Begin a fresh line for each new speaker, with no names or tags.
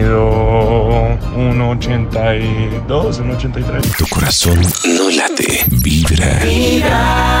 Mido 1,82, 1,83.
Tu corazón no late, vibra. Vibra.